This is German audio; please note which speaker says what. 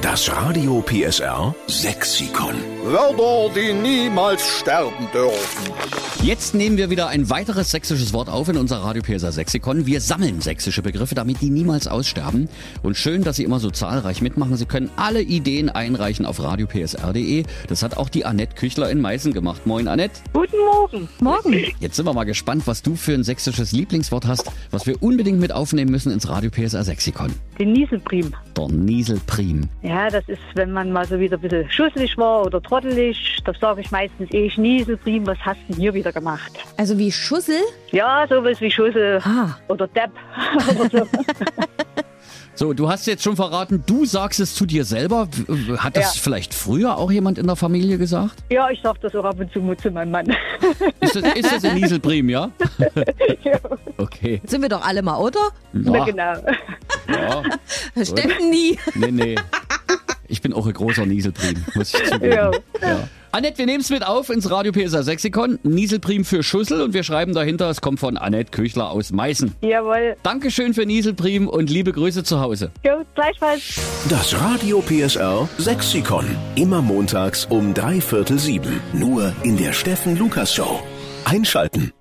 Speaker 1: Das Radio PSR Sexikon.
Speaker 2: Wörter, die niemals sterben dürfen.
Speaker 3: Jetzt nehmen wir wieder ein weiteres sächsisches Wort auf in unser Radio PSA Sexikon. Wir sammeln sächsische Begriffe, damit die niemals aussterben. Und schön, dass Sie immer so zahlreich mitmachen. Sie können alle Ideen einreichen auf radiopsr.de. E. Das hat auch die Annette Küchler in Meißen gemacht. Moin Annette.
Speaker 4: Guten Morgen.
Speaker 5: Morgen.
Speaker 3: Jetzt sind wir mal gespannt, was du für ein sächsisches Lieblingswort hast, was wir unbedingt mit aufnehmen müssen ins Radio PSA Sexikon.
Speaker 4: Den Nieselprim.
Speaker 3: Der Nieselprim.
Speaker 4: Ja, das ist, wenn man mal so wieder ein bisschen schusselig war oder trottelig, das sage ich meistens eh, ich Nieselprim, was hast du denn hier wieder gemacht?
Speaker 5: Also wie Schussel?
Speaker 4: Ja, sowas wie Schussel
Speaker 5: Ah.
Speaker 4: oder Depp oder so.
Speaker 3: So, du hast jetzt schon verraten, du sagst es zu dir selber. Hat das
Speaker 4: Ja.
Speaker 3: vielleicht früher auch jemand in der Familie gesagt?
Speaker 4: Ja, ich sage das auch ab und zu mal zu meinem Mann.
Speaker 3: Ist das, ist das in Nieselprim, ja?
Speaker 4: Ja.
Speaker 3: Okay.
Speaker 5: Sind wir doch alle mal, oder?
Speaker 4: Na
Speaker 3: Ja,
Speaker 4: genau.
Speaker 3: ja.
Speaker 5: Steppen nie.
Speaker 3: Nee, nee. Ich bin auch ein großer Nieselprim, muss ich zugeben. Ja.
Speaker 4: Ja.
Speaker 3: Annette, wir nehmen es mit auf ins Radio PSA Sexikon. Nieselprim für Schüssel und wir schreiben dahinter, es kommt von Annette Küchler aus Meißen.
Speaker 4: Jawohl.
Speaker 3: Dankeschön für Nieselprim und liebe Grüße zu Hause.
Speaker 4: Ja, gleichfalls.
Speaker 1: Das Radio PSR Sexikon. Immer montags um drei Viertel sieben. Nur in der Steffen Lukas Show. Einschalten.